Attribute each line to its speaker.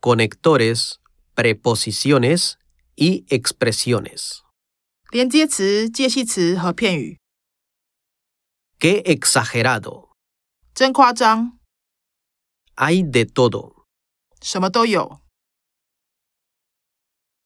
Speaker 1: Conectores, preposiciones y expresiones.
Speaker 2: 连接词、介系词和片语，
Speaker 1: Qué exagerado.
Speaker 2: 真夸张，
Speaker 1: Hay de todo.
Speaker 2: 什么都有。